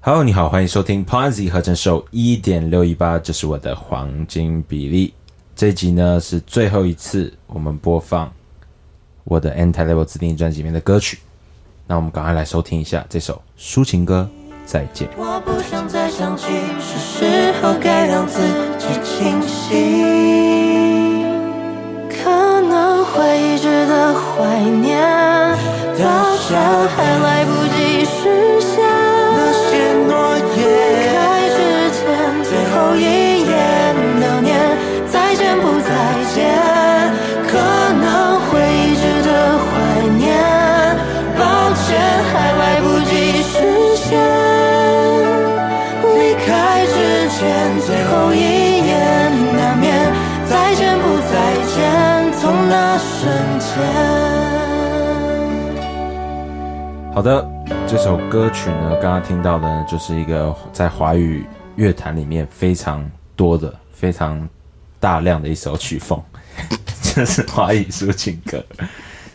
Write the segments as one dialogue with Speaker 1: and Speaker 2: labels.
Speaker 1: Hello，你好，欢迎收听 Ponzi 合成手一点六一八，这是我的黄金比例。这一集呢是最后一次我们播放我的 Anti Level 自定义专辑里面的歌曲，那我们赶快来收听一下这首抒情歌《再见》。
Speaker 2: 我不想再想起，是时候该让自己清醒。可能会一直的怀念，到现在还来不及实现。那些诺言，开之前最后一眼留念，再见不再见。可能会一直的怀念，抱歉还来不及实现。离开之前最后一眼难免，再见不再见，从那瞬间。
Speaker 1: 好的，这首歌曲呢，刚刚听到的呢，就是一个在华语乐坛里面非常多的、非常大量的一首曲风， 就是华语抒情歌。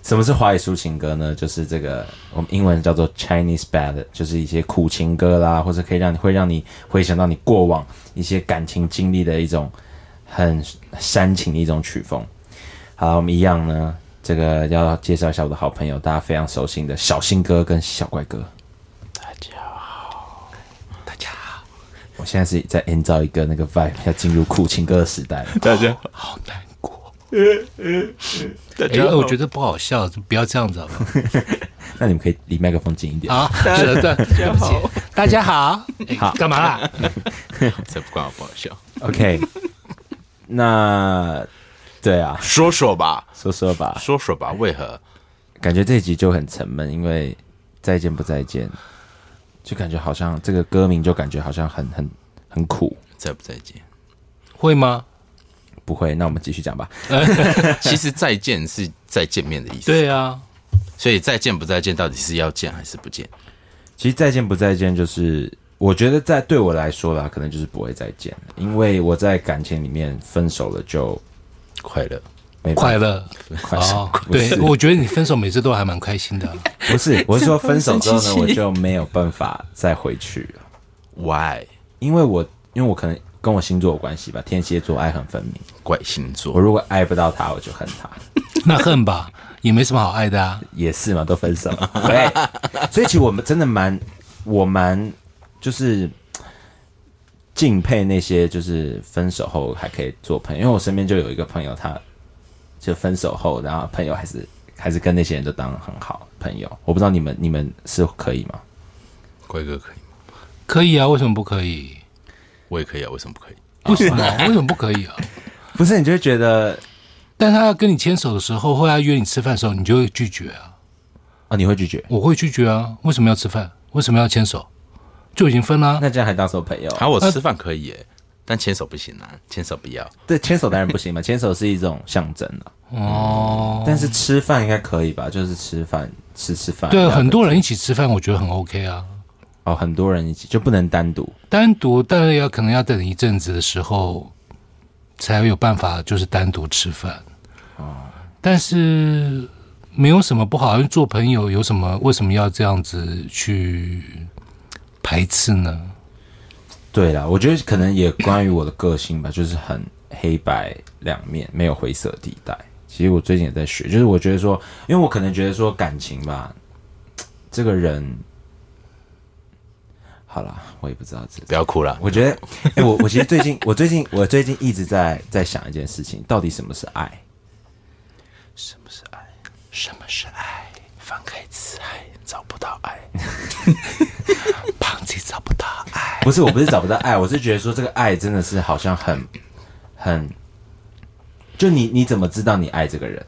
Speaker 1: 什么是华语抒情歌呢？就是这个我们英文叫做 Chinese ballad，就是一些苦情歌啦，或者可以让你会让你回想到你过往一些感情经历的一种很煽情的一种曲风。好，我们一样呢，这个要介绍一下我的好朋友，大家非常熟悉的小新哥跟小怪哥。
Speaker 3: 大家好，
Speaker 1: 我现在是在营造一个那个 vibe，要进入酷情歌的时 代了。
Speaker 3: 大家好难过。大
Speaker 4: 哎、
Speaker 3: 家好，
Speaker 4: 我觉得不好笑，不要这样子好不好？
Speaker 1: 那你们可以离麦克风近一点。
Speaker 4: 啊，是的，对不起，大家好，好，干嘛啦？
Speaker 3: 这不管好不好笑，
Speaker 1: OK，那对啊，
Speaker 3: 说说吧，
Speaker 1: 说说吧，
Speaker 3: 说说吧，为何？
Speaker 1: 感觉这一集就很沉闷，因为再见不再见，就感觉好像这个歌名就感觉好像很很很苦。
Speaker 3: 再不再 见？
Speaker 4: 会吗？
Speaker 1: 不会，那我们继续讲吧。
Speaker 3: 其实再见是再见面的意思，，
Speaker 4: 对啊，
Speaker 3: 所以再见不再见到底是要见还是不见？
Speaker 1: 其实再见不再见，就是我觉得在对我来说啦，可能就是不会再见了，因为我在感情里面分手了就
Speaker 3: 快乐，
Speaker 1: 没办法
Speaker 4: 快乐
Speaker 1: 快
Speaker 4: 哦，
Speaker 1: 不是
Speaker 4: 对，我觉得你分手每次都还蛮开心的。
Speaker 1: 不是，我是说分手 之后呢，我就没有办法再回去了，
Speaker 3: why
Speaker 1: 因为我因为我可能跟我星座有关系吧，天蝎座爱很分明，
Speaker 3: 怪星
Speaker 1: 我
Speaker 3: 座，
Speaker 1: 如果爱不到他，我就恨他，
Speaker 4: 那恨吧，也没什么好爱的啊。
Speaker 1: 也是嘛，都分 手了，对，所以其实我们真的蛮，我蛮就是敬佩那些就是分手后还可以做朋友，因为我身边就有一个朋友，他就分手后，然后朋友还是还是跟那些人都当很好朋友，我不知道你们你们是可以吗？
Speaker 3: 怪哥可以吗？
Speaker 4: 可以啊，为什么不可以？
Speaker 3: 我也可以啊，为什么不可以？
Speaker 4: 为什么？为什么不可以啊？
Speaker 1: 不是，你就会觉得
Speaker 4: 但他要跟你牵手的时候，或要约你吃饭的时候，你就会拒绝啊。
Speaker 1: 啊、你会拒绝？
Speaker 4: 我会拒绝啊。为什么要吃饭？为什么要牵手？就已经分啦、
Speaker 1: 那这样还当什么朋友？
Speaker 3: 好，啊我吃饭可以耶，但牵手不行啊，牵手不要。
Speaker 1: 对，牵手当然不行嘛，牵手 是一种象征啊了。
Speaker 4: 哦，
Speaker 1: 但是吃饭应该可以吧？就是吃饭，吃吃饭。
Speaker 4: 对，
Speaker 1: 聊
Speaker 4: 很多人一起吃饭，我觉得很 OK 啊。
Speaker 1: 哦，很多人一起就不能单独。
Speaker 4: 单独，当然要可能要等一阵子的时候，才有办法就是单独吃饭。哦，但是没有什么不好，因为做朋友有什么为什么要这样子去排斥呢？
Speaker 1: 对啦，我觉得可能也关于我的个性吧，就是很黑白两面，没有灰色地带。其实我最近也在学，就是我觉得说，因为我可能觉得说感情吧，这个人，好啦，我也不知道这
Speaker 3: 不要哭了，
Speaker 1: 我觉得，哎、我我其实最近，我最近，我最近一直在在想一件事情，到底什么是爱？
Speaker 3: 什么是爱？放开自爱，找不到 爱，胖子找不到爱。
Speaker 1: 不是，我不是找不到爱，我是觉得说这个爱真的是好像很很，就你你怎么知道你爱这个人，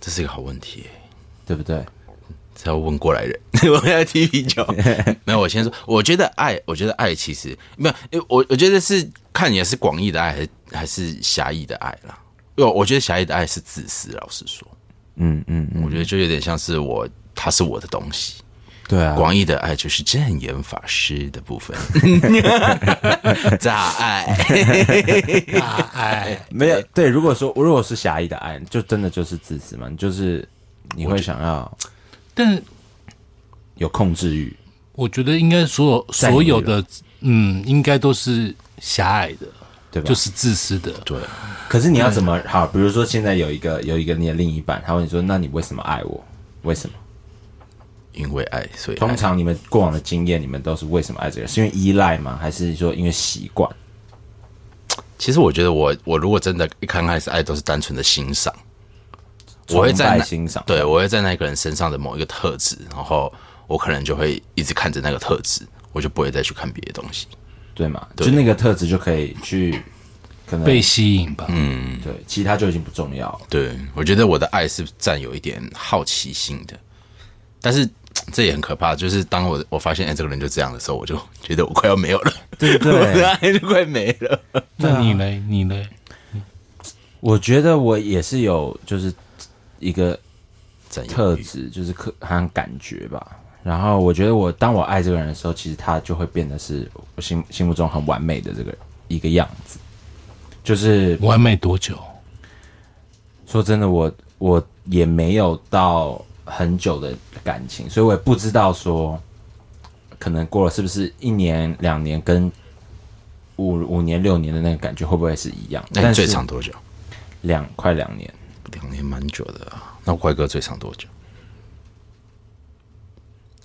Speaker 3: 这是一个好问题耶，
Speaker 1: 对不对？
Speaker 3: 这要问过来人。 我要踢皮 球。没有，我先说，我觉得爱，我觉得爱其实没有，因为我我觉得是看你是广义的爱还是还是狭义的爱啦。因为我觉得狭义的爱是自私，老实说，
Speaker 1: 嗯嗯嗯，
Speaker 3: 我觉得就有点像是我，它是我的东西。
Speaker 1: 对啊，
Speaker 3: 广义的爱就是正言法师的部 分， 大爱。
Speaker 4: 哎，
Speaker 1: 没有对。如果说如果是狭义的爱，就真的就是自私嘛，你就是你会想要
Speaker 4: 但
Speaker 1: 有控制欲，
Speaker 4: 我觉得应该所有
Speaker 1: 占有
Speaker 4: 所有
Speaker 1: 欲
Speaker 4: 的，嗯，应该都是狭隘的，
Speaker 1: 对吧？
Speaker 4: 就是自私的。
Speaker 3: 对，
Speaker 1: 可是你要怎么好？比如说现在有一个有一个你的另一半，他问你说：“那你为什么爱我？为什么
Speaker 3: 因为爱，所以？”爱
Speaker 1: 通常你们过往的经验，你们都是为什么爱这个人？是因为依赖吗？还是说因为习惯？
Speaker 3: 其实我觉得我我如果真的一刚开始爱，都是单纯的欣赏，我会
Speaker 1: 崇
Speaker 3: 在那
Speaker 1: 拜欣赏
Speaker 3: 对我会在那个人身上的某一个特质，然后我可能就会一直看着那个特质，我就不会再去看别的东西。
Speaker 1: 对吗？就那个特质就可以去可能
Speaker 4: 被吸引吧，
Speaker 1: 对，其他就已经不重要了。
Speaker 3: 对我觉得我的爱是占有一点好奇心的，但是这也很可怕，就是当我我发现哎、这个人就这样的时候，我就觉得我快要没有了，
Speaker 1: 对不
Speaker 3: 我的
Speaker 1: 对？
Speaker 3: 爱就快没了。
Speaker 4: 那你嘞？你嘞？
Speaker 1: 我觉得我也是有就是一个
Speaker 3: 占有
Speaker 1: 特
Speaker 3: 欲
Speaker 1: 质，就是可好像感觉吧。然后我觉得我当我爱这个人的时候，其实他就会变得是我心心目中很完美的这个一个样子。就是
Speaker 4: 完美多久？
Speaker 1: 说真的，我我也没有到很久的感情，所以我也不知道说，可能过了是不是一年、两年跟五五年、六年的那个感觉会不会是一样？
Speaker 3: 那
Speaker 1: 但
Speaker 3: 你最
Speaker 1: 是
Speaker 3: 长多久？
Speaker 1: 两快两年，
Speaker 3: 两年蛮久的啊。那怪哥最长多久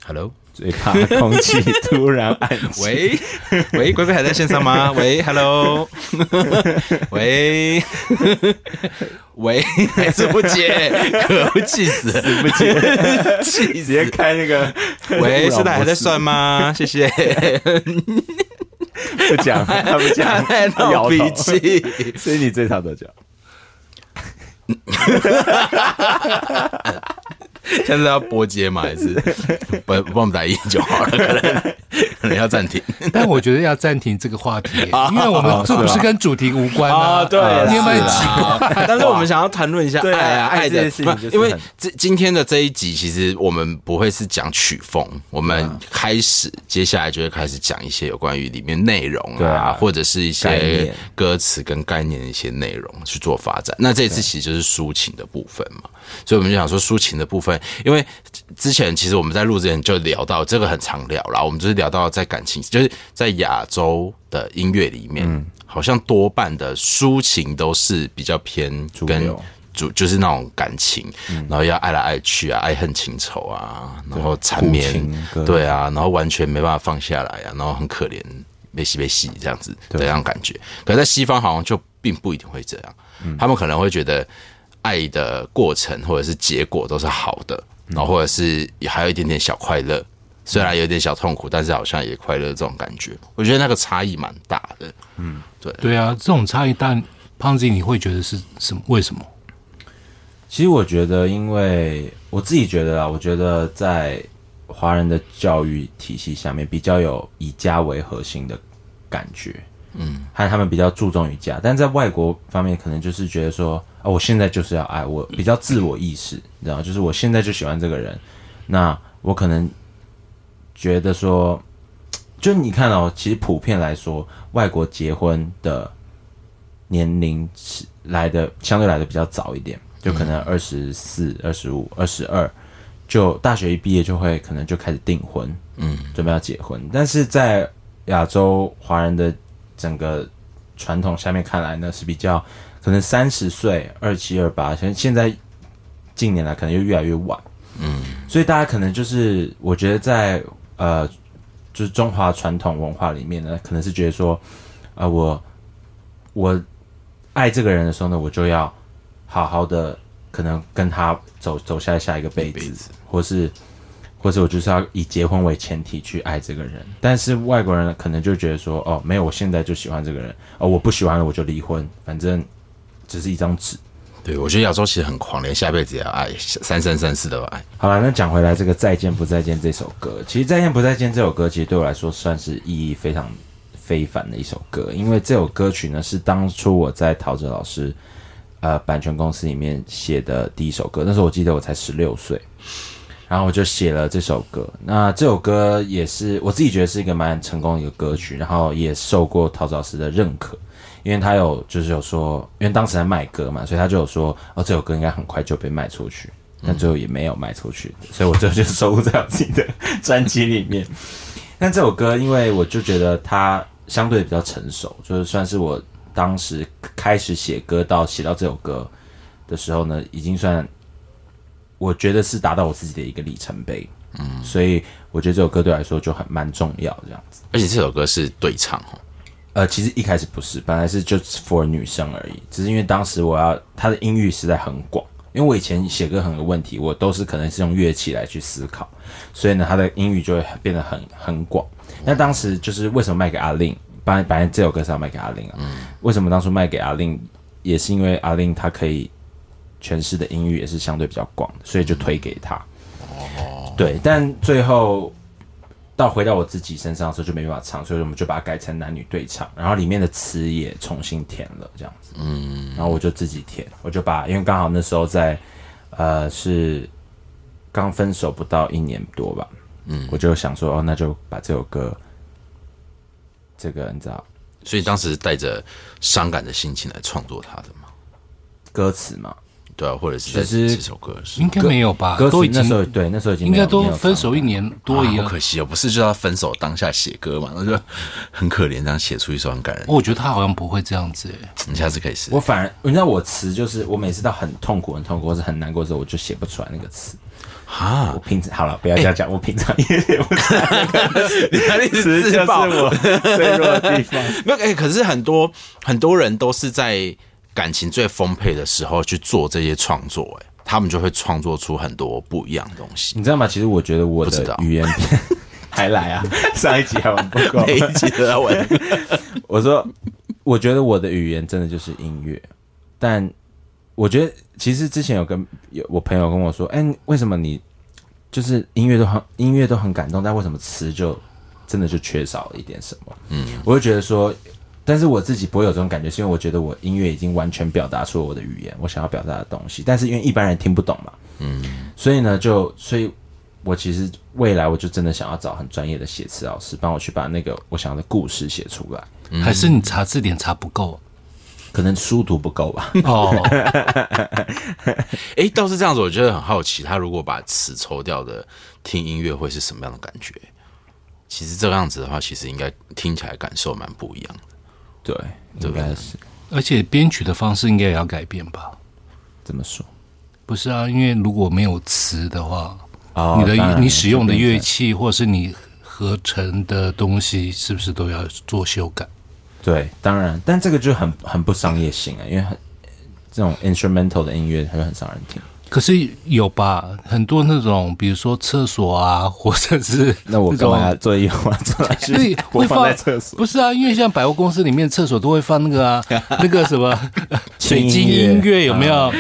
Speaker 3: ？Hello，
Speaker 1: 最怕空气突然安 静。
Speaker 3: 喂喂，乖乖还在线上 吗？喂，Hello，喂 喂，还是不接， 可恶，气死了，不接，气死！
Speaker 1: 开那个
Speaker 3: 喂，
Speaker 1: 勿扰
Speaker 3: 是奶还
Speaker 1: 模
Speaker 3: 在
Speaker 1: 式
Speaker 3: 算吗？谢谢，
Speaker 1: 不讲，他不
Speaker 3: 他在闹脾气。
Speaker 1: 所以你最长多久？
Speaker 3: 现在要拨接吗？还是不帮我们打一就好了？可能可能要暂停。
Speaker 4: 但我觉得要暂停这个话 题，因为我们这啊不是跟主题无关啊。
Speaker 1: 哦对啦
Speaker 4: 你有没有
Speaker 1: 是啦
Speaker 4: 奇
Speaker 3: 但是我们想要谈论一下
Speaker 1: 对啊
Speaker 3: 爱啊，
Speaker 1: 爱
Speaker 3: 爱
Speaker 1: 这
Speaker 3: 的
Speaker 1: 件事情就是
Speaker 3: 因为
Speaker 1: 很
Speaker 3: 这今天的这一集，其实我们不会是讲曲风，我们
Speaker 1: 嗯
Speaker 3: 开始接下来就会开始讲一些有关于里面内容
Speaker 1: 对
Speaker 3: 啊
Speaker 1: 啊，
Speaker 3: 或者是一
Speaker 1: 概
Speaker 3: 些
Speaker 1: 念
Speaker 3: 歌词跟概念的一些内容去做发展。那这一次其实就是抒情的部分嘛，所以我们就想说抒情的部分，因为之前其实我们在录之前就聊到这个很常聊啦，我们就是聊到在感情，就是在亚洲的音乐里面，好像多半的抒情都是比较偏跟
Speaker 1: 流
Speaker 3: 主就是那种感情，然后要爱来爱去啊，爱恨情仇啊，然后缠
Speaker 1: 苦
Speaker 3: 绵
Speaker 1: 情，歌
Speaker 3: 对啊，然后完全没办法放下来啊，然后很可怜，被戏被戏这样子的那样感觉。可是在西方好像就并不一定会这样，他们可能会觉得爱的过程或者是结果都是好的，然后或者是还有一点点小快乐，虽然有点小痛苦，但是好像也快乐这种感觉。我觉得那个差异蛮大的。
Speaker 4: 对啊，这种差异大，胖子你会觉得是什么？为什么？
Speaker 1: 其实我觉得，因为我自己觉得啊，我觉得在华人的教育体系下面，比较有以家为核心的感觉，嗯，和他们比较注重于家，但在外国方面，可能就是觉得说，啊，我现在就是要爱，我比较自我意识，你知道吗，就是我现在就喜欢这个人，那我可能觉得说，就你看哦，其实普遍来说，外国结婚的年龄是来的相对来的比较早一点，就可能二十四、二十五、二十二，就大学一毕业就会可能就开始订婚，嗯，准备要结婚。但是在亚洲华人的整个传统下面看来呢，是比较可能三十岁、二七、二八，现现在近年来可能又越来越晚，嗯，所以大家可能就是我觉得在呃，就是中华传统文化里面呢，可能是觉得说，啊、我我爱这个人的时候呢，我就要好好的，可能跟他走走下下一个辈
Speaker 3: 辈
Speaker 1: 子
Speaker 3: 子，
Speaker 1: 或是或者我就是要以结婚为前提去爱这个人。但是外国人可能就觉得说，哦，没有，我现在就喜欢这个人，哦，我不喜欢了我就离婚，反正只是一张纸。
Speaker 3: 对，我觉得亚洲其实很狂，连下辈子也要爱，三生三世都要爱。
Speaker 1: 好了，那讲回来，这个《再见不再见》这首歌，其实《再见不再见》这首歌，其实对我来说算是意义非常非凡的一首歌，因为这首歌曲呢是当初我在陶喆老师呃版权公司里面写的第一首歌，那时候我记得我才十六岁，然后我就写了这首歌。那这首歌也是我自己觉得是一个蛮成功的一个歌曲，然后也受过陶喆老师的认可。因为他有就是有说，因为当时在卖歌嘛，所以他就有说，哦，这首歌应该很快就被卖出去。但最后也没有卖出去，所以我最后就收录在我自己的专辑里面。但这首歌，因为我就觉得它相对比较成熟，就是算是我当时开始写歌到写到这首歌的时候呢，已经算我觉得是达到我自己的一个里程碑。嗯，所以我觉得这首歌对我来说就很蛮重要，这样子。
Speaker 3: 而且这首歌是对唱哦，
Speaker 1: 呃，其实一开始不是，本来是就 for 女生而已，只是因为当时我要它的音域实在很广，因为我以前写歌很有问题，我都是可能是用乐器来去思考，所以呢，它的音域就会变得很很广。那当时就是为什么卖给阿令，本来本来这首歌是要卖给阿令啊，为什么当初卖给阿令，也是因为阿令他可以诠释的音域也是相对比较广的，所以就推给他。对，但最后到回到我自己身上的时候就没办法唱，所以我们就把它改成男女对唱，然后里面的词也重新填了这样子。嗯，然后我就自己填，我就把因为刚好那时候在呃是刚分手不到一年多吧，嗯，我就想说哦，那就把这首歌这个你知道
Speaker 3: 所以当时带着伤感的心情来创作它的嘛，
Speaker 1: 歌词嘛，
Speaker 3: 对啊，或者是在
Speaker 1: 其实
Speaker 3: 这首歌是
Speaker 4: 应该没有吧？
Speaker 1: 歌词
Speaker 4: 啊都已
Speaker 1: 那时候
Speaker 4: 经
Speaker 1: 对那时候已经
Speaker 4: 应
Speaker 1: 没有
Speaker 4: 该都
Speaker 1: 没有
Speaker 4: 分
Speaker 1: 唱
Speaker 4: 手一年多一
Speaker 3: 啊
Speaker 4: 样
Speaker 3: 好。可惜哦，不是就要分手当下写歌嘛，那就很可怜，这样写出一首很感人。
Speaker 4: 我觉得他好像不会这样子、欸，
Speaker 3: 你下次可以试
Speaker 1: 我。反而，你知道我词就是我每次到很痛苦、很痛苦或者很难过的时候，我就写不出来那个词。
Speaker 3: 哈
Speaker 1: 我，平常好了，不要这样讲，我平常也写不出来那个词，
Speaker 3: 哎 你还一直
Speaker 1: 词就
Speaker 3: 自
Speaker 1: 是
Speaker 3: 爆，
Speaker 1: 我脆弱的地方。
Speaker 3: 没有哎、可是很多很多人都是在感情最丰沛的时候去做这些创作、哎，他们就会创作出很多不一样的东西。
Speaker 1: 你知道吗？其实我觉得我
Speaker 3: 不知
Speaker 1: 的
Speaker 3: 道
Speaker 1: 语言 还来啊， 上一集还玩不 够。
Speaker 3: 每一集都在玩，
Speaker 1: 我说，我觉得我的语言真的就是音乐，但我觉得其实之前有跟有我朋友跟我说，哎、为什么你就是音乐都很音乐都很感动，但为什么词就真的就缺少了一点什么？嗯，我就觉得说，但是我自己不会有这种感觉，是因为我觉得我音乐已经完全表达出了我的语言，我想要表达的东西，但是因为一般人听不懂嘛，嗯，所以呢，就所以。我其实未来我就真的想要找很专业的写词老师帮我去把那个我想要的故事写出来。
Speaker 4: 还是你查字典查不够？
Speaker 1: 可能书读不够 吧。
Speaker 4: 哦，
Speaker 3: 哎、倒是这样子，我觉得很好奇，他如果把词抽掉的听音乐会是什么样的感觉？其实这个样子的话，其实应该听起来感受蛮不一样的。
Speaker 1: 对，应该是
Speaker 4: 而且编曲的方式应该也要改变吧？
Speaker 1: 这么说。
Speaker 4: 不是啊，因为如果没有词的话，
Speaker 1: 哦
Speaker 4: 你
Speaker 1: 当
Speaker 4: 的
Speaker 1: 然
Speaker 4: 你使用的乐
Speaker 1: 就
Speaker 4: 器或者是你合成的东西，是不是都要做修改？
Speaker 1: 变成对，当然，但这个就很很不商业性啊，因为很这种 instrumental 的音乐，它就很少人听。
Speaker 4: 可是有吧，很多那种，比如说厕所啊，或者是
Speaker 1: 那我
Speaker 4: 那
Speaker 1: 干
Speaker 4: 种
Speaker 1: 嘛要做一晚做来
Speaker 4: 所以
Speaker 1: 去播
Speaker 4: 会
Speaker 1: 放
Speaker 4: 放
Speaker 1: 在厕所？
Speaker 4: 不是啊，因为像百货公司里面厕所都会放那个啊，那个什么水晶音乐有没有？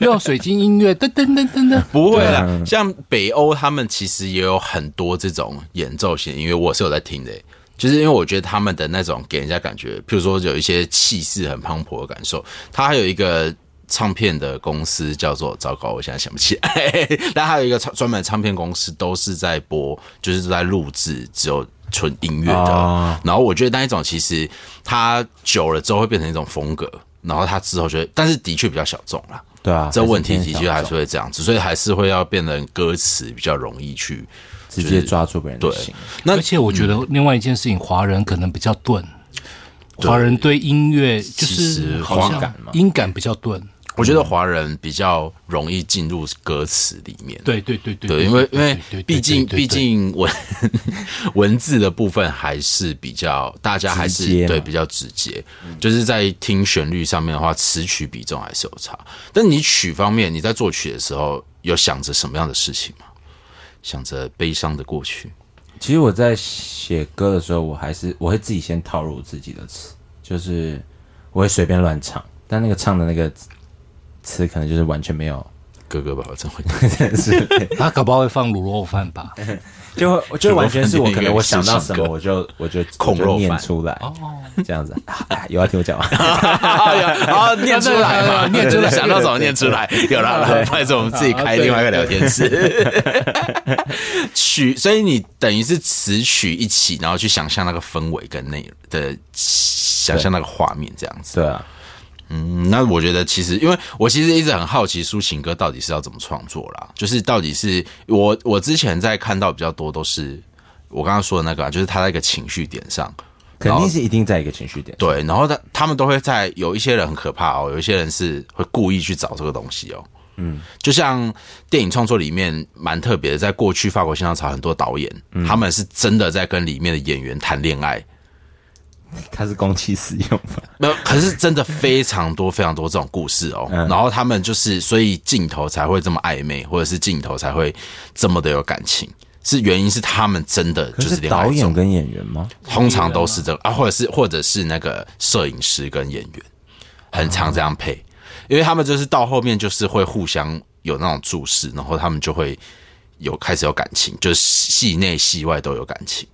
Speaker 4: 那种水晶音乐，噔噔噔噔噔，
Speaker 3: 不会
Speaker 1: 对啊
Speaker 3: 啦，像北欧他们其实也有很多这种演奏型音乐，我是有在听的、就是因为我觉得他们的那种给人家感觉，譬如说有一些气势很磅礴的感受。他还有一个唱片的公司叫做糟糕，我现在想不起来。 但还有一个唱专门的唱片公司都是在播，就是在录制只有纯音乐的。
Speaker 1: 哦
Speaker 3: 然后我觉得那一种其实它久了之后会变成一种风格，然后它之后就会，但是的确比较小众啦。
Speaker 1: 对啊，
Speaker 3: 这问题
Speaker 1: 还是
Speaker 3: 的
Speaker 1: 偏
Speaker 3: 确还
Speaker 1: 小
Speaker 3: 是
Speaker 1: 众
Speaker 3: 会这样子，所以还是会要变成歌词比较容易去。
Speaker 1: 直接抓住别人的
Speaker 3: 对
Speaker 1: 心。
Speaker 3: 那
Speaker 4: 而且我觉得另外一件事情，华人可能比较钝，华人对音乐就
Speaker 3: 其实
Speaker 4: 是好
Speaker 1: 华
Speaker 4: 像
Speaker 1: 感嘛
Speaker 4: 音感比较钝。
Speaker 3: 我觉
Speaker 1: 嗯
Speaker 3: 得华人比较容易进入歌词里面。
Speaker 4: 对对对对
Speaker 3: 对，因为因为
Speaker 4: 对对对
Speaker 3: 毕竟
Speaker 4: 对对对
Speaker 3: 毕竟文 文字的部分还是比较大家还
Speaker 1: 直接
Speaker 3: 是
Speaker 1: 嘛嗯
Speaker 3: 对比较直接，就是在听旋律上面的话，词曲比重还是有差。但你曲方面，你在作曲的时候有想着什么样的事情吗？想着悲伤的过去，
Speaker 1: 其实我在写歌的时候，我还是我会自己先套入自己的词，就是我会随便乱唱，但那个唱的那个词可能就是完全没有，
Speaker 3: 哥哥爸爸真会疼。
Speaker 1: 真的是
Speaker 4: 他搞不好会放卤肉饭吧？
Speaker 1: 就会，我就完全是我可能我想到什么，
Speaker 3: 有
Speaker 1: 我就我就
Speaker 3: 控肉
Speaker 1: 我
Speaker 3: 饭
Speaker 1: 就念出来，这样子。啊有要听我讲吗？
Speaker 3: 啊， 有啊，念出来嘛，
Speaker 4: 念出 来
Speaker 3: 想到什么念出来，有啦啦，不好意思，我们自己开另外一个聊天室。 曲，所以你等于是词曲一起，然后去想象那个氛围跟内的想象那个画面这样子。
Speaker 1: 对啊，
Speaker 3: 嗯，那我觉得其实，因为我其实一直很好奇抒情歌到底是要怎么创作啦，就是到底是我我之前在看到比较多都是我刚刚说的那个、啊，就是他在一个情绪点上，
Speaker 1: 肯
Speaker 3: 然后
Speaker 1: 定是一定在一个情绪点。
Speaker 3: 对，然后他他们都会在有一些人很可怕哦，有一些人是会故意去找这个东西哦。嗯，就像电影创作里面蛮特别的，在过去法国新浪潮很多导演，
Speaker 1: 嗯
Speaker 3: 他们是真的在跟里面的演员谈恋爱，
Speaker 1: 它是公器私用 吧？
Speaker 3: 没有，可是真的非常多非常多这种故事哦。
Speaker 1: 嗯
Speaker 3: 然后他们就是，所以镜头才会这么暧昧，或者是镜头才会这么的有感情，是原因是他们真的
Speaker 1: 可
Speaker 3: 就是是恋爱
Speaker 1: 导演
Speaker 3: 中，
Speaker 1: 跟演员吗？
Speaker 3: 通常都是这个啊，或者是或者是那个摄影师跟演员，很常这样配，因为他们就是到后面就是会互相有那种注视，然后他们就会有开始有感情，就是戏内戏外都有感情。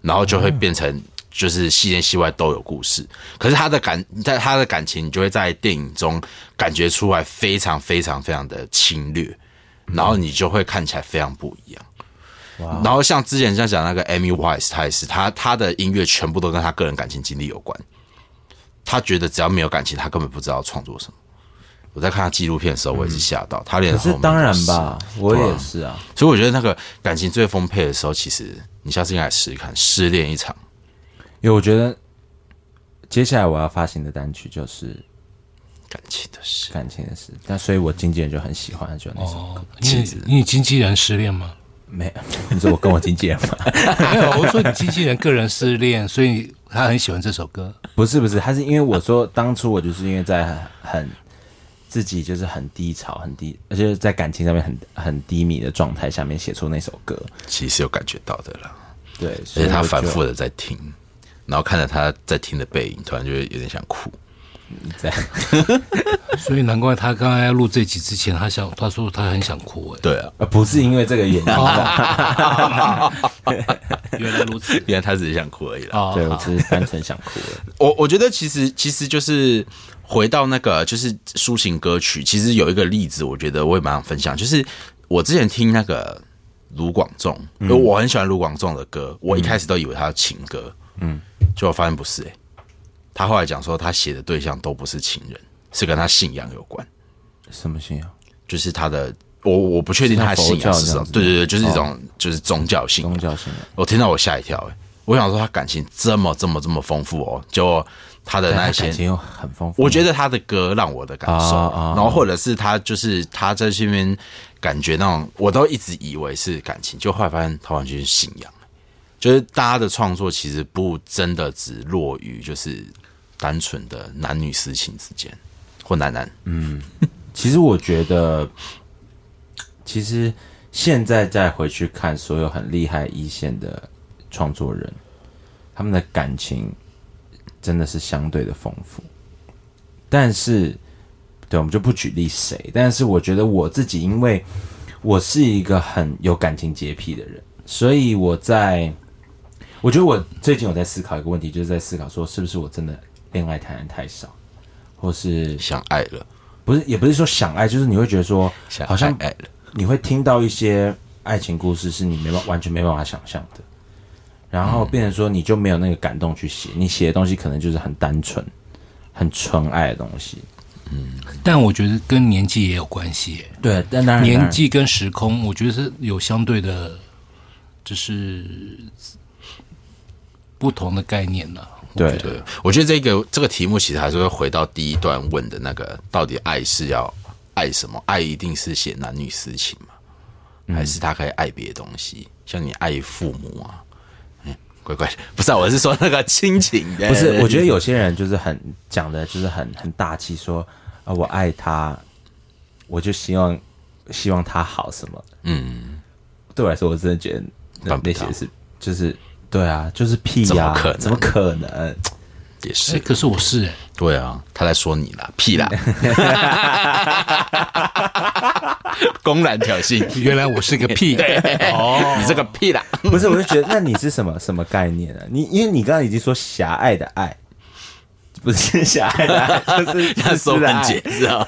Speaker 3: 然后就会变成就是戏内戏外都有故事。可是他的感，在他的感情，你就会在电影中感觉出来非常非常非常的侵略，然后你就会看起来非常不一样。然后像之前像讲那个 Amy Wise，她也是，她她的音乐全部都跟她个人感情经历有关。她觉得只要没有感情，她根本不知道创作什么。我在看她纪录片的时候，我也是吓到。她连
Speaker 1: 可是
Speaker 3: 后面
Speaker 1: 当
Speaker 3: 都
Speaker 1: 然
Speaker 3: 是
Speaker 1: 吧，我也是啊。
Speaker 3: 所以我觉得那个感情最丰沛的时候，其实你下次应该来试试看，失恋一场。
Speaker 1: 因为我觉得接下来我要发行的单曲就是
Speaker 3: 感情的事。
Speaker 1: 感情的事，但所以我经纪人就很喜欢，就那首
Speaker 4: 哦
Speaker 1: 歌。
Speaker 4: 你
Speaker 3: 妻子
Speaker 4: 你经纪人失恋吗？
Speaker 1: 没有， 你说我跟我经纪人吗？
Speaker 4: 没有，我说你经纪人个人失恋，所以他很喜欢这首歌。
Speaker 1: 不是不是，他是因为我说当初我就是因为在很很自己就是很低潮、很低，而且在感情上面很很低迷的状态下面写出那首歌。
Speaker 3: 其实有感觉到的啦，
Speaker 1: 对，
Speaker 3: 而
Speaker 1: 所以
Speaker 3: 且他
Speaker 1: 我就
Speaker 3: 反复的在听，然后看着他在听的背影，突然就会有点想哭。
Speaker 1: 在
Speaker 4: 所以难怪他刚才要录这集之前，他想他说他很想哭哎、
Speaker 3: 对啊，
Speaker 1: 呃不是因为这个原因啊，
Speaker 4: 原来如 此
Speaker 3: 原来他只是想哭而已啦。
Speaker 4: 啊！
Speaker 1: 对我只是单纯想哭了。
Speaker 3: 我我觉得其实其实就是回到那个就是抒情歌曲，其实有一个例子，我觉得我也蛮想分享，就是我之前听那个卢广仲，
Speaker 1: 嗯
Speaker 3: 因为我很喜欢卢广仲的歌，我一开始都以为他是情歌，嗯，结果发现不是、欸，他后来讲说他写的对象都不是情人，是跟他信仰有关。
Speaker 1: 什么啊信仰？
Speaker 3: 就是他的，我我不确定他的信仰是什
Speaker 1: 是他佛教这
Speaker 3: 么
Speaker 1: 样，子哦
Speaker 3: 对对对，就是一种、就是宗教信
Speaker 1: 宗
Speaker 3: 仰。
Speaker 1: 教信啊仰？
Speaker 3: 我听到我吓一跳、欸，我想说他感情这么这么这么丰富哦，就他的
Speaker 1: 哎
Speaker 3: 那
Speaker 1: 但他
Speaker 3: 些
Speaker 1: 感情又很丰富。
Speaker 3: 我觉得他的歌让我的感受，
Speaker 1: 啊啊啊
Speaker 3: 然后或者是他就是他在这边感觉那种，我都一直以为是感情，就后来发现他完全是信仰。就是大家的创作其实不真的只落于就是单纯的男女私情之间，或男男。
Speaker 1: 其实我觉得，其实现在再回去看所有很厉害一线的创作人，他们的感情真的是相对的丰富。但是，对，我们就不举例谁，但是我觉得我自己，因为我是一个很有感情洁癖的人，所以我在，我觉得我最近有在思考一个问题，就是在思考说，是不是我真的恋爱谈的太少，或是
Speaker 3: 想爱了，
Speaker 1: 不是，也不是说想爱，就是你会觉得说
Speaker 3: 想，
Speaker 1: 好像
Speaker 3: 爱爱了。
Speaker 1: 你会听到一些爱情故事是你没办完全没办法想象的，然后变成说你就没有那个感动去写，你写的东西可能就是很单纯、很纯爱的东西。
Speaker 4: 但我觉得跟年纪也有关系、欸，
Speaker 1: 对，但当然
Speaker 4: 年纪跟时空，我觉得是有相对的，就是不同的概念了。我
Speaker 1: 对
Speaker 4: 觉得
Speaker 3: 对，我觉得这个这个题目其实还是会回到第一段问的那个，到底爱是要爱什么？爱一定是写男女私情吗？还是他可以爱别的东西，像你爱父母啊？嗯，乖乖，不是、啊，我是说那个亲情。
Speaker 1: 不是，我觉得有些人就是很讲的，就是很很大气说，啊，我爱他，我就希望希望他好什么。
Speaker 3: 嗯，
Speaker 1: 对我来说，我真的觉得那
Speaker 3: 办不
Speaker 1: 那
Speaker 3: 到
Speaker 1: 些是就是对啊，就是屁
Speaker 3: 怎么
Speaker 1: 呀、
Speaker 3: 可能
Speaker 1: 怎么可能？
Speaker 3: 也
Speaker 4: 哎，
Speaker 3: 是，
Speaker 4: 可是我是哎、
Speaker 3: 对啊，他在说你啦，屁啦，公然挑衅，
Speaker 4: 原来我是个 屁。
Speaker 3: 哦， 你这个屁啦，
Speaker 1: 不是，我就觉得，那你是什么什么概念啊？你因为你刚刚已经说狭隘的爱，不是狭隘的 爱，就是
Speaker 3: 他
Speaker 1: 自
Speaker 3: 说
Speaker 1: 私的
Speaker 3: 很
Speaker 1: 爱
Speaker 3: 解，释啊。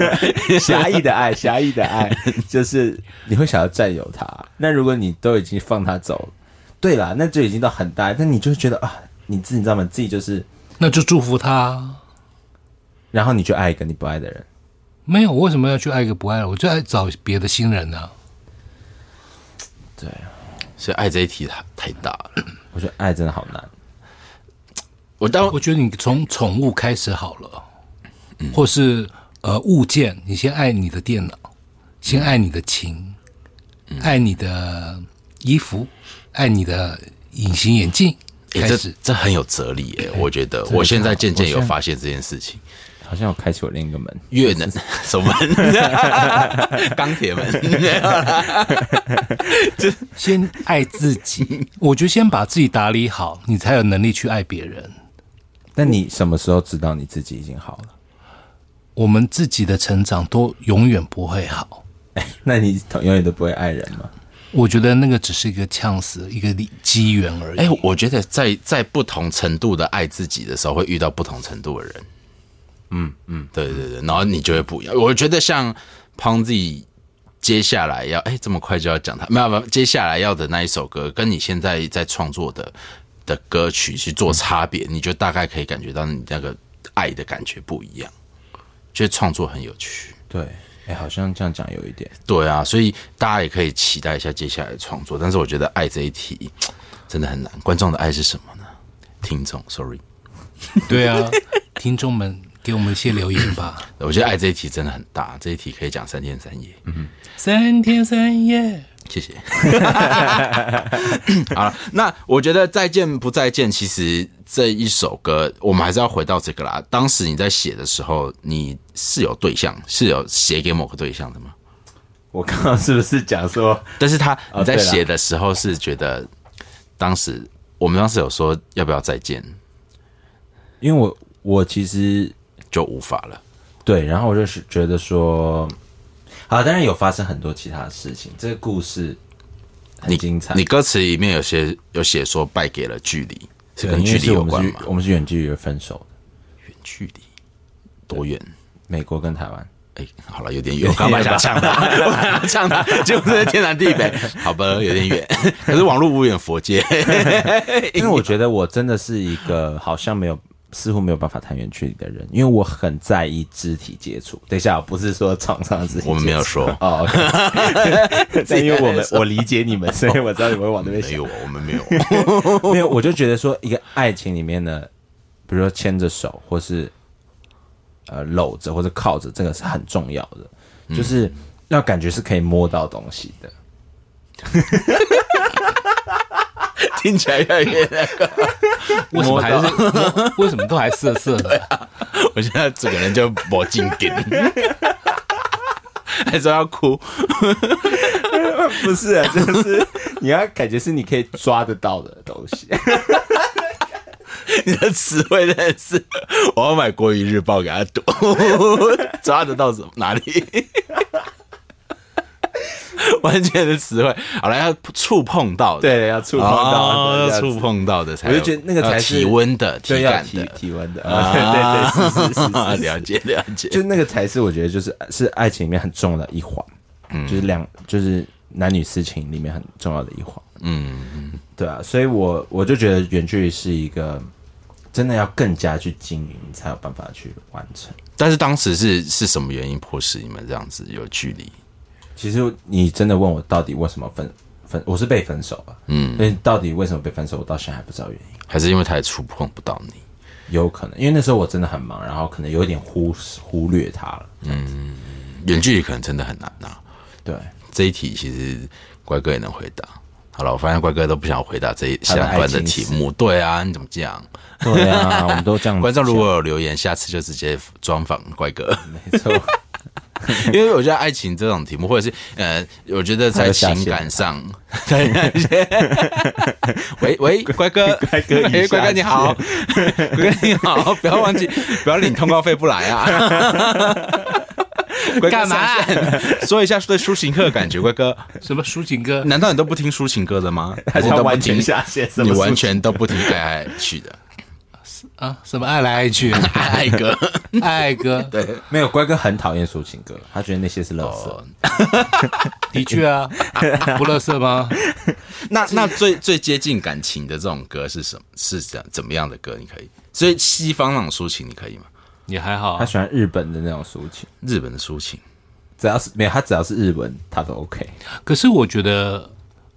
Speaker 1: 狭义的爱，狭义的爱， 就是你会想要占有他。那如果你都已经放他走，对啦，那就已经到很大，那你就会觉得啊，你自己知道吗？自己就是
Speaker 4: 那就祝福他啊。
Speaker 1: 然后你就爱一个你不爱的人，
Speaker 4: 没有，我为什么要去爱一个不爱的？我就爱找别的新人啊。
Speaker 3: 所以爱这一题太太大了。
Speaker 1: 我觉得爱真的好难。
Speaker 3: 我当
Speaker 4: 我觉得你从宠物开始好了，或是呃物件，你先爱你的电脑，先爱你的琴，爱你的衣服，爱你的隐形眼镜，
Speaker 3: 欸、
Speaker 4: 开
Speaker 3: 这
Speaker 4: 始。
Speaker 3: 这很有哲理耶、我觉得我现在渐渐有发现这件事情，
Speaker 1: 好像我开启我另一个门，
Speaker 3: 越能 什么门钢铁门，
Speaker 4: 先爱自 己，我觉得先把自己打理好，你才有能力去爱别人。
Speaker 1: 但你什么时候知道你自己已经好了？
Speaker 4: 我们自己的成长都永远不会好，
Speaker 1: 那你永远都不会爱人吗？
Speaker 4: 我觉得那个只是一个呛死一个理机缘而已。
Speaker 3: 哎、我觉得在在不同程度的爱自己的时候，会遇到不同程度的人。嗯嗯，对对对，然后你就会不一样。我觉得像 Ponzi 接下来要哎、这么快就要讲他，没有没有，接下来要的那一首歌，跟你现在在创作的的歌曲去做差别，你就大概可以感觉到你那个爱的感觉不一样。觉得创作很有趣。
Speaker 1: 对，哎、好像这样讲有一 点。
Speaker 3: 对啊，所以大家也可以期待一下接下来的创作。但是我觉得爱这一题真的很难，观众的爱是什么呢？听众，sorry，
Speaker 4: 对啊，听众们给我们一些留言吧。
Speaker 3: 我觉得爱这一题真的很大，这一题可以讲三天三夜。嗯，
Speaker 4: 三天三夜，
Speaker 3: 谢 谢。好了，那我觉得再见不再见，其实这一首歌我们还是要回到这个啦。当时你在写的时候，你是有对象，是有写给某个对象的吗？
Speaker 1: 我刚刚是不是讲说
Speaker 3: 但是他
Speaker 1: 哦
Speaker 3: 你在
Speaker 1: 对啦
Speaker 3: 写的时候是觉得，当时我们当时有说要不要再见，
Speaker 1: 因为我我其实
Speaker 3: 就无法了。
Speaker 1: 对，然后我就是觉得说，啊，当然有发生很多其他的事情，这个故事很精彩。
Speaker 3: 你歌词里面有些有写说败给了距离，是
Speaker 1: 对
Speaker 3: 跟
Speaker 1: 因
Speaker 3: 距
Speaker 1: 为
Speaker 3: 离
Speaker 1: 是我
Speaker 3: 有
Speaker 1: 们
Speaker 3: 关
Speaker 1: 是
Speaker 3: 吗？
Speaker 1: 我们是远距离分手的，
Speaker 3: 距离多远？
Speaker 1: 美国跟台湾。
Speaker 3: 哎、好了，有点远。我刚本来想呛他， 我本来想呛他，结果是天南地北。好吧，有点远。可是网络无远佛界，
Speaker 1: 因为我觉得我真的是一个好像没有，似乎没有办法谈远距离的人，因为我很在意肢体接触。等一下，我不是说床上的肢体接触，
Speaker 3: 我们没有说
Speaker 1: 哦。OK 但因为我们我理解你们，所以我知啊道你们会往那边
Speaker 3: 没
Speaker 1: 想。
Speaker 3: 有，我们没有。
Speaker 1: 没有，我就觉得说，一个爱情里面呢，比如说牵着手，或是呃搂着，或者靠着，这个是很重要的，就是要感觉是可以摸到东西的。
Speaker 3: 听起来越来越……
Speaker 4: 为什么还是我 为什么都还涩涩的？
Speaker 3: 我现在整个人就没劲 点，还说要哭。
Speaker 1: 不是、啊， 就是你要感觉是你可以抓得到的东西。
Speaker 3: 你的词汇真的是， 我要买《国语日报》给他读， 抓得到什么哪里？ 完全的词汇，好了，要触碰到的，
Speaker 1: 对，要触碰到
Speaker 3: 哦，
Speaker 1: 的，
Speaker 3: 要
Speaker 1: 要
Speaker 3: 触。碰到的才
Speaker 1: 我
Speaker 3: 有，
Speaker 1: 就觉得那个才是
Speaker 3: 要体温的、体
Speaker 1: 对，要
Speaker 3: 感
Speaker 1: 体
Speaker 3: 的，
Speaker 1: 体温的，
Speaker 3: 啊
Speaker 1: 啊、对对对，是是是是是
Speaker 3: 了解了解。
Speaker 1: 就那个才是我觉得就是呃是爱情里面很重要的一环，就是两就是男女私情里面很重要的一环，嗯，对啊，所以我我就觉得远距离是一个真的要更加去经营，你才有办法去完成。
Speaker 3: 但是当时是是什么原因迫使你们这样子有距离？
Speaker 1: 其实你真的问我到底为什么分分，我是被分手了，嗯，所以到底为什么被分手，我到现在还不知道原因。
Speaker 3: 还是因为他也触碰不到你？
Speaker 1: 有可能，因为那时候我真的很忙，然后可能有一点忽视忽略他了。
Speaker 3: 远距离可能真的很难啊。
Speaker 1: 对，
Speaker 3: 这一题其实乖哥也能回答。好了，我发现乖哥都不想回答这一
Speaker 1: 他的
Speaker 3: 相
Speaker 1: 爱
Speaker 3: 关的
Speaker 1: 情
Speaker 3: 题
Speaker 1: 史
Speaker 3: 目。对啊，你怎么这样？
Speaker 1: 对啊，我们都这样讲。
Speaker 3: 观众如果有留言，下次就直接专访乖哥，
Speaker 1: 没错，
Speaker 3: 因为我觉得爱情这种题目，或者是呃，我觉得在情感 上， 喂喂，乖哥，乖
Speaker 1: 哥 已
Speaker 3: 乖哥
Speaker 1: 下
Speaker 3: 你好，乖哥你好，不要忘记，不要领通告费不来啊。 乖哥
Speaker 4: 干嘛啊
Speaker 3: 上线？ 说一下对抒情课的感觉，乖哥。
Speaker 4: 什么抒情歌？
Speaker 3: 难道你都不听抒情歌的吗？
Speaker 1: 还是
Speaker 3: 你
Speaker 1: 要
Speaker 3: 都不
Speaker 1: 完全
Speaker 3: 听
Speaker 1: 下线什么
Speaker 3: 你
Speaker 1: 抒情
Speaker 3: 完全都不听爱爱爱去的
Speaker 4: 啊，什么爱来爱去，
Speaker 3: 爱爱歌，
Speaker 4: 爱歌。对，
Speaker 1: 没有乖哥很讨厌抒情歌，他觉得那些是垃圾。
Speaker 4: 的确啊，不乐色吗？
Speaker 3: 那那最最接近感情的这种歌是什么？是怎怎么样的歌？你可以，所以西方那种抒情你可以吗？
Speaker 5: 也还好
Speaker 1: 他
Speaker 5: 啊，
Speaker 1: 喜欢日本的那种抒情，
Speaker 3: 日本的抒情，
Speaker 1: 只要是没有他只要是日文，他都 OK。
Speaker 4: 可是我觉得，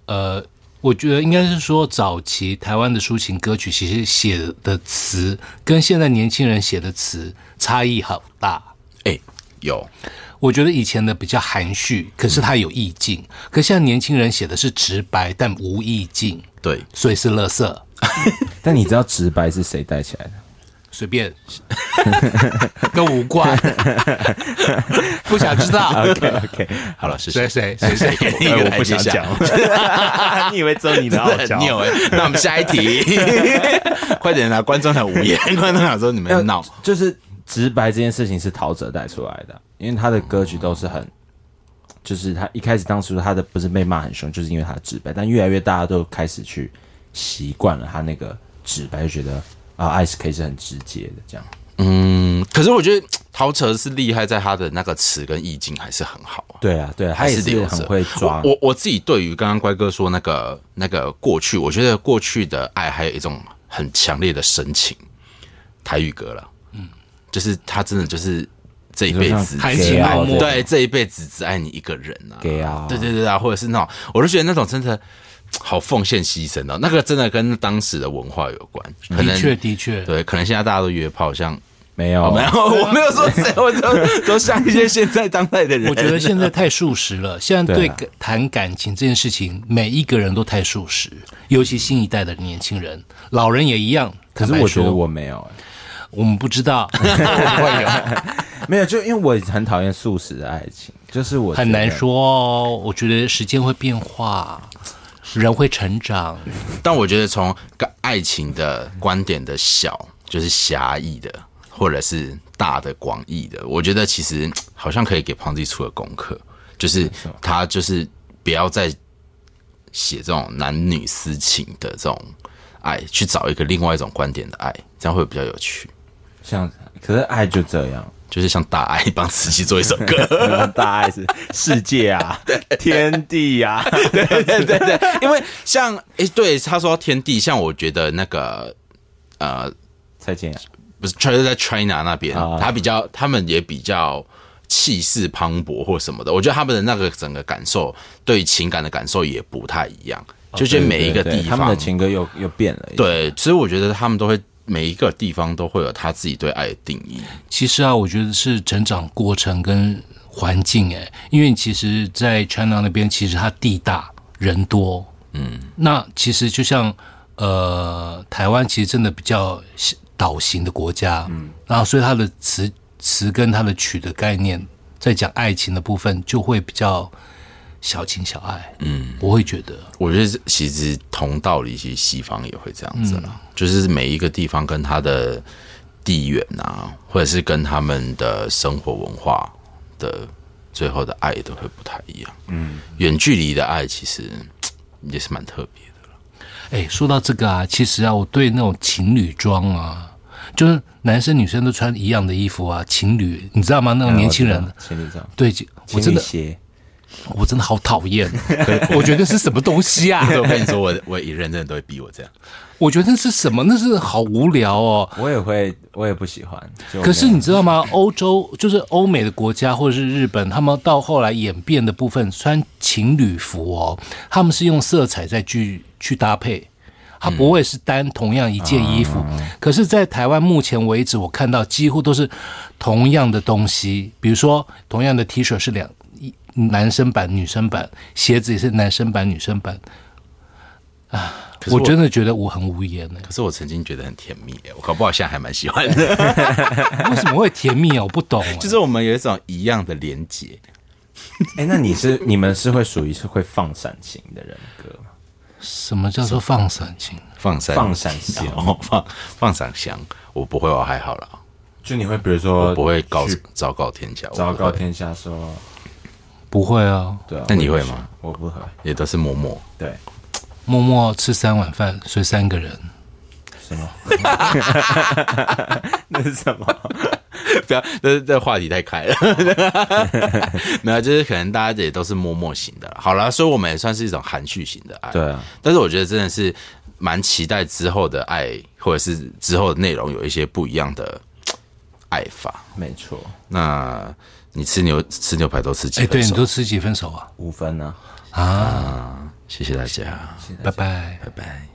Speaker 4: 呃，我觉得应该是说，早期台湾的抒情歌曲其实写的词跟现在年轻人写的词差异好大。
Speaker 3: 哎、有
Speaker 4: 我觉得以前的比较含蓄，可是它有意境；可现在年轻人写的是直白但无意境，
Speaker 3: 对，
Speaker 4: 所以是垃圾，
Speaker 1: 但你知道直白是谁带起来的？
Speaker 4: 随便， 跟无 关，不想知道。
Speaker 1: OK OK，
Speaker 3: 好了，是
Speaker 4: 谁谁谁谁？
Speaker 3: 给你一个台阶下，
Speaker 1: 你以为只有你的傲
Speaker 3: 很拗哎、那我们下一题，快点啦！观众很无言，观众想说你们闹，
Speaker 1: 就是直白这件事情是陶喆带出来的，因为他的歌曲都是很，就是他一开始当初他的不是被骂很凶，就是因为他直白，但越来越大家都开始去习惯了他那个直白，就觉得啊，爱是可以是很直接的这样。
Speaker 3: 嗯，可是我觉得陶喆是厉害在他的那个词跟意境还是很好啊。
Speaker 1: 对啊，对啊，他也
Speaker 3: 留
Speaker 1: 是
Speaker 3: 着
Speaker 1: 很会抓。
Speaker 3: 我我我自己对于刚刚乖哥说那个那个过去，我觉得过去的爱还有一种很强烈的深情，台语歌了，嗯，就是他真的就是这一辈子
Speaker 1: 你说像啊
Speaker 4: 含情脉脉
Speaker 3: 对这一辈子只爱你一个人啊，
Speaker 1: 给啊
Speaker 3: 对对对啊，或者是那种，我就觉得那种真的。好奉献牺牲哦，那个真的跟当时的文化有关，可
Speaker 4: 的
Speaker 3: 能
Speaker 4: 确，的确，
Speaker 3: 对，可能现在大家都约炮，像
Speaker 1: 哦没有，
Speaker 3: 没有，我没有说谁，我都都像一些现在当代的人。
Speaker 4: 我觉得现在太速食了，现在
Speaker 1: 对
Speaker 4: 对
Speaker 1: 啊
Speaker 4: 谈感情这件事情，每一个人都太速食，尤其新一代的年轻人，老人也一样。
Speaker 1: 可是
Speaker 4: 坦白
Speaker 1: 我觉得
Speaker 4: 说
Speaker 1: 我没有、欸
Speaker 4: 我们不 知道，
Speaker 1: 没有，就因为我很讨厌素食的爱情，就是我
Speaker 4: 很
Speaker 1: 觉
Speaker 4: 难
Speaker 1: 得
Speaker 4: 说哦。我觉得时间会变化，人会成长，
Speaker 3: 但我觉得从个爱情的观点的小，就是狭义的，或者是大的广义的，我觉得其实嘖好像可以给胖子出的功课，就是他就是不要再写这种男女私情的这种爱，去找一个另外一种观点的爱，这样会比较有趣。
Speaker 1: 像，可是爱就这样，
Speaker 3: 就是像大爱帮慈禧做一首歌，
Speaker 1: 大爱是世界啊，天地 啊，
Speaker 3: 对对对，因为像诶、对他说天地，像我觉得那个呃，
Speaker 1: 蔡健雅
Speaker 3: 不是 China 在 China 那边
Speaker 1: 啊，
Speaker 3: 他比较，他们也比较气势磅礴或什么的。我觉得他们的那个整个感受，对情感的感受也不太一样，就觉得每一个
Speaker 1: 哦对对
Speaker 3: 地
Speaker 1: 对他们
Speaker 3: 方
Speaker 1: 的，情歌又又变了，，
Speaker 3: 对，所以我觉得他们都会每一个地方都会有他自己对爱的定义。
Speaker 4: 其实啊，我觉得是成长过程跟环境哎，因为其实，在 China 那边，其实它地大人多，嗯，那其实就像呃，台湾其实真的比较岛型的国家，嗯，然后所以它的词词跟它的曲的概念，在讲爱情的部分就会比较小情小爱，嗯，我会觉得
Speaker 3: 我觉得其实同道理，其实西方也会这样子啦，就是每一个地方跟它的地缘啊，或者是跟他们的生活文化的最后的爱都会不太一样。嗯，远距离的爱其实也是蛮特别的。
Speaker 4: 哎，说到这个啊，其实啊，我对那种情侣装啊，就是男生女生都穿一样的衣服啊，情侣，你知道
Speaker 1: 啊
Speaker 4: 吗？那种年轻人，
Speaker 1: 情侣照，
Speaker 4: 对，我真
Speaker 1: 情侣
Speaker 4: 的
Speaker 1: 鞋，
Speaker 4: 我真的好讨厌， 我觉得是什么东西啊？
Speaker 3: 我跟你说，我我一认真都会逼我这样。
Speaker 4: 我觉得是什么？那是好无聊哦。
Speaker 1: 我也会，我也不喜欢。就
Speaker 4: 可是
Speaker 1: 没有
Speaker 4: 你知道吗？欧洲就是欧美的国家或者是日本，他们到后来演变的部分，穿情侣服哦，他们是用色彩再去去搭配，它不会是单同样一件衣服。可是，在台湾目前为止，我看到几乎都是同样的东西，比如说同样的 T 恤是两一男生版、女生版，鞋子也是男生版、女生版。啊，
Speaker 3: 是
Speaker 4: 我
Speaker 3: 我
Speaker 4: 真的觉得我很无言呢、
Speaker 3: 可是我曾经觉得很甜蜜、欸，我搞不好现在还蛮喜欢的，
Speaker 4: 为什么会甜蜜啊？我不懂、欸。
Speaker 3: 就是我们有一种一样的连结。
Speaker 1: 哎、那你是你们是会属于是会放闪情的人格吗？
Speaker 4: 什么叫做放闪情？
Speaker 3: 放闪
Speaker 1: 放闪香
Speaker 3: 哦，放放闪香，我不会，我还好啦，
Speaker 1: 就你会比如说
Speaker 3: 我不会告
Speaker 1: 去
Speaker 3: 昭告天下，我不
Speaker 1: 昭
Speaker 3: 会
Speaker 1: 告天下说，
Speaker 4: 不会啊，
Speaker 1: 对啊。
Speaker 3: 那你
Speaker 1: 我也
Speaker 3: 会
Speaker 1: 不
Speaker 3: 吗
Speaker 1: 喜？我不会，
Speaker 3: 也都是默默。
Speaker 1: 对，
Speaker 4: 默默吃三碗饭，睡三个人。
Speaker 1: 什么？ 那是什么？
Speaker 3: 不要，这这话题太开了。 没有，就是可能大家也都是默默型的啦。好了，所以我们也算是一种含蓄型的爱。
Speaker 1: 对啊，
Speaker 3: 但是我觉得真的是蛮期待之后的爱，或者是之后的内容有一些不一样的爱法。
Speaker 1: 没错，
Speaker 3: 那你吃牛吃牛排都吃几
Speaker 4: 哎，
Speaker 3: 分
Speaker 4: 对你
Speaker 3: 熟？
Speaker 4: 都吃几分熟啊？
Speaker 1: 五分呢、
Speaker 4: 啊，
Speaker 3: 谢谢大家，
Speaker 4: 拜拜。
Speaker 3: 拜拜。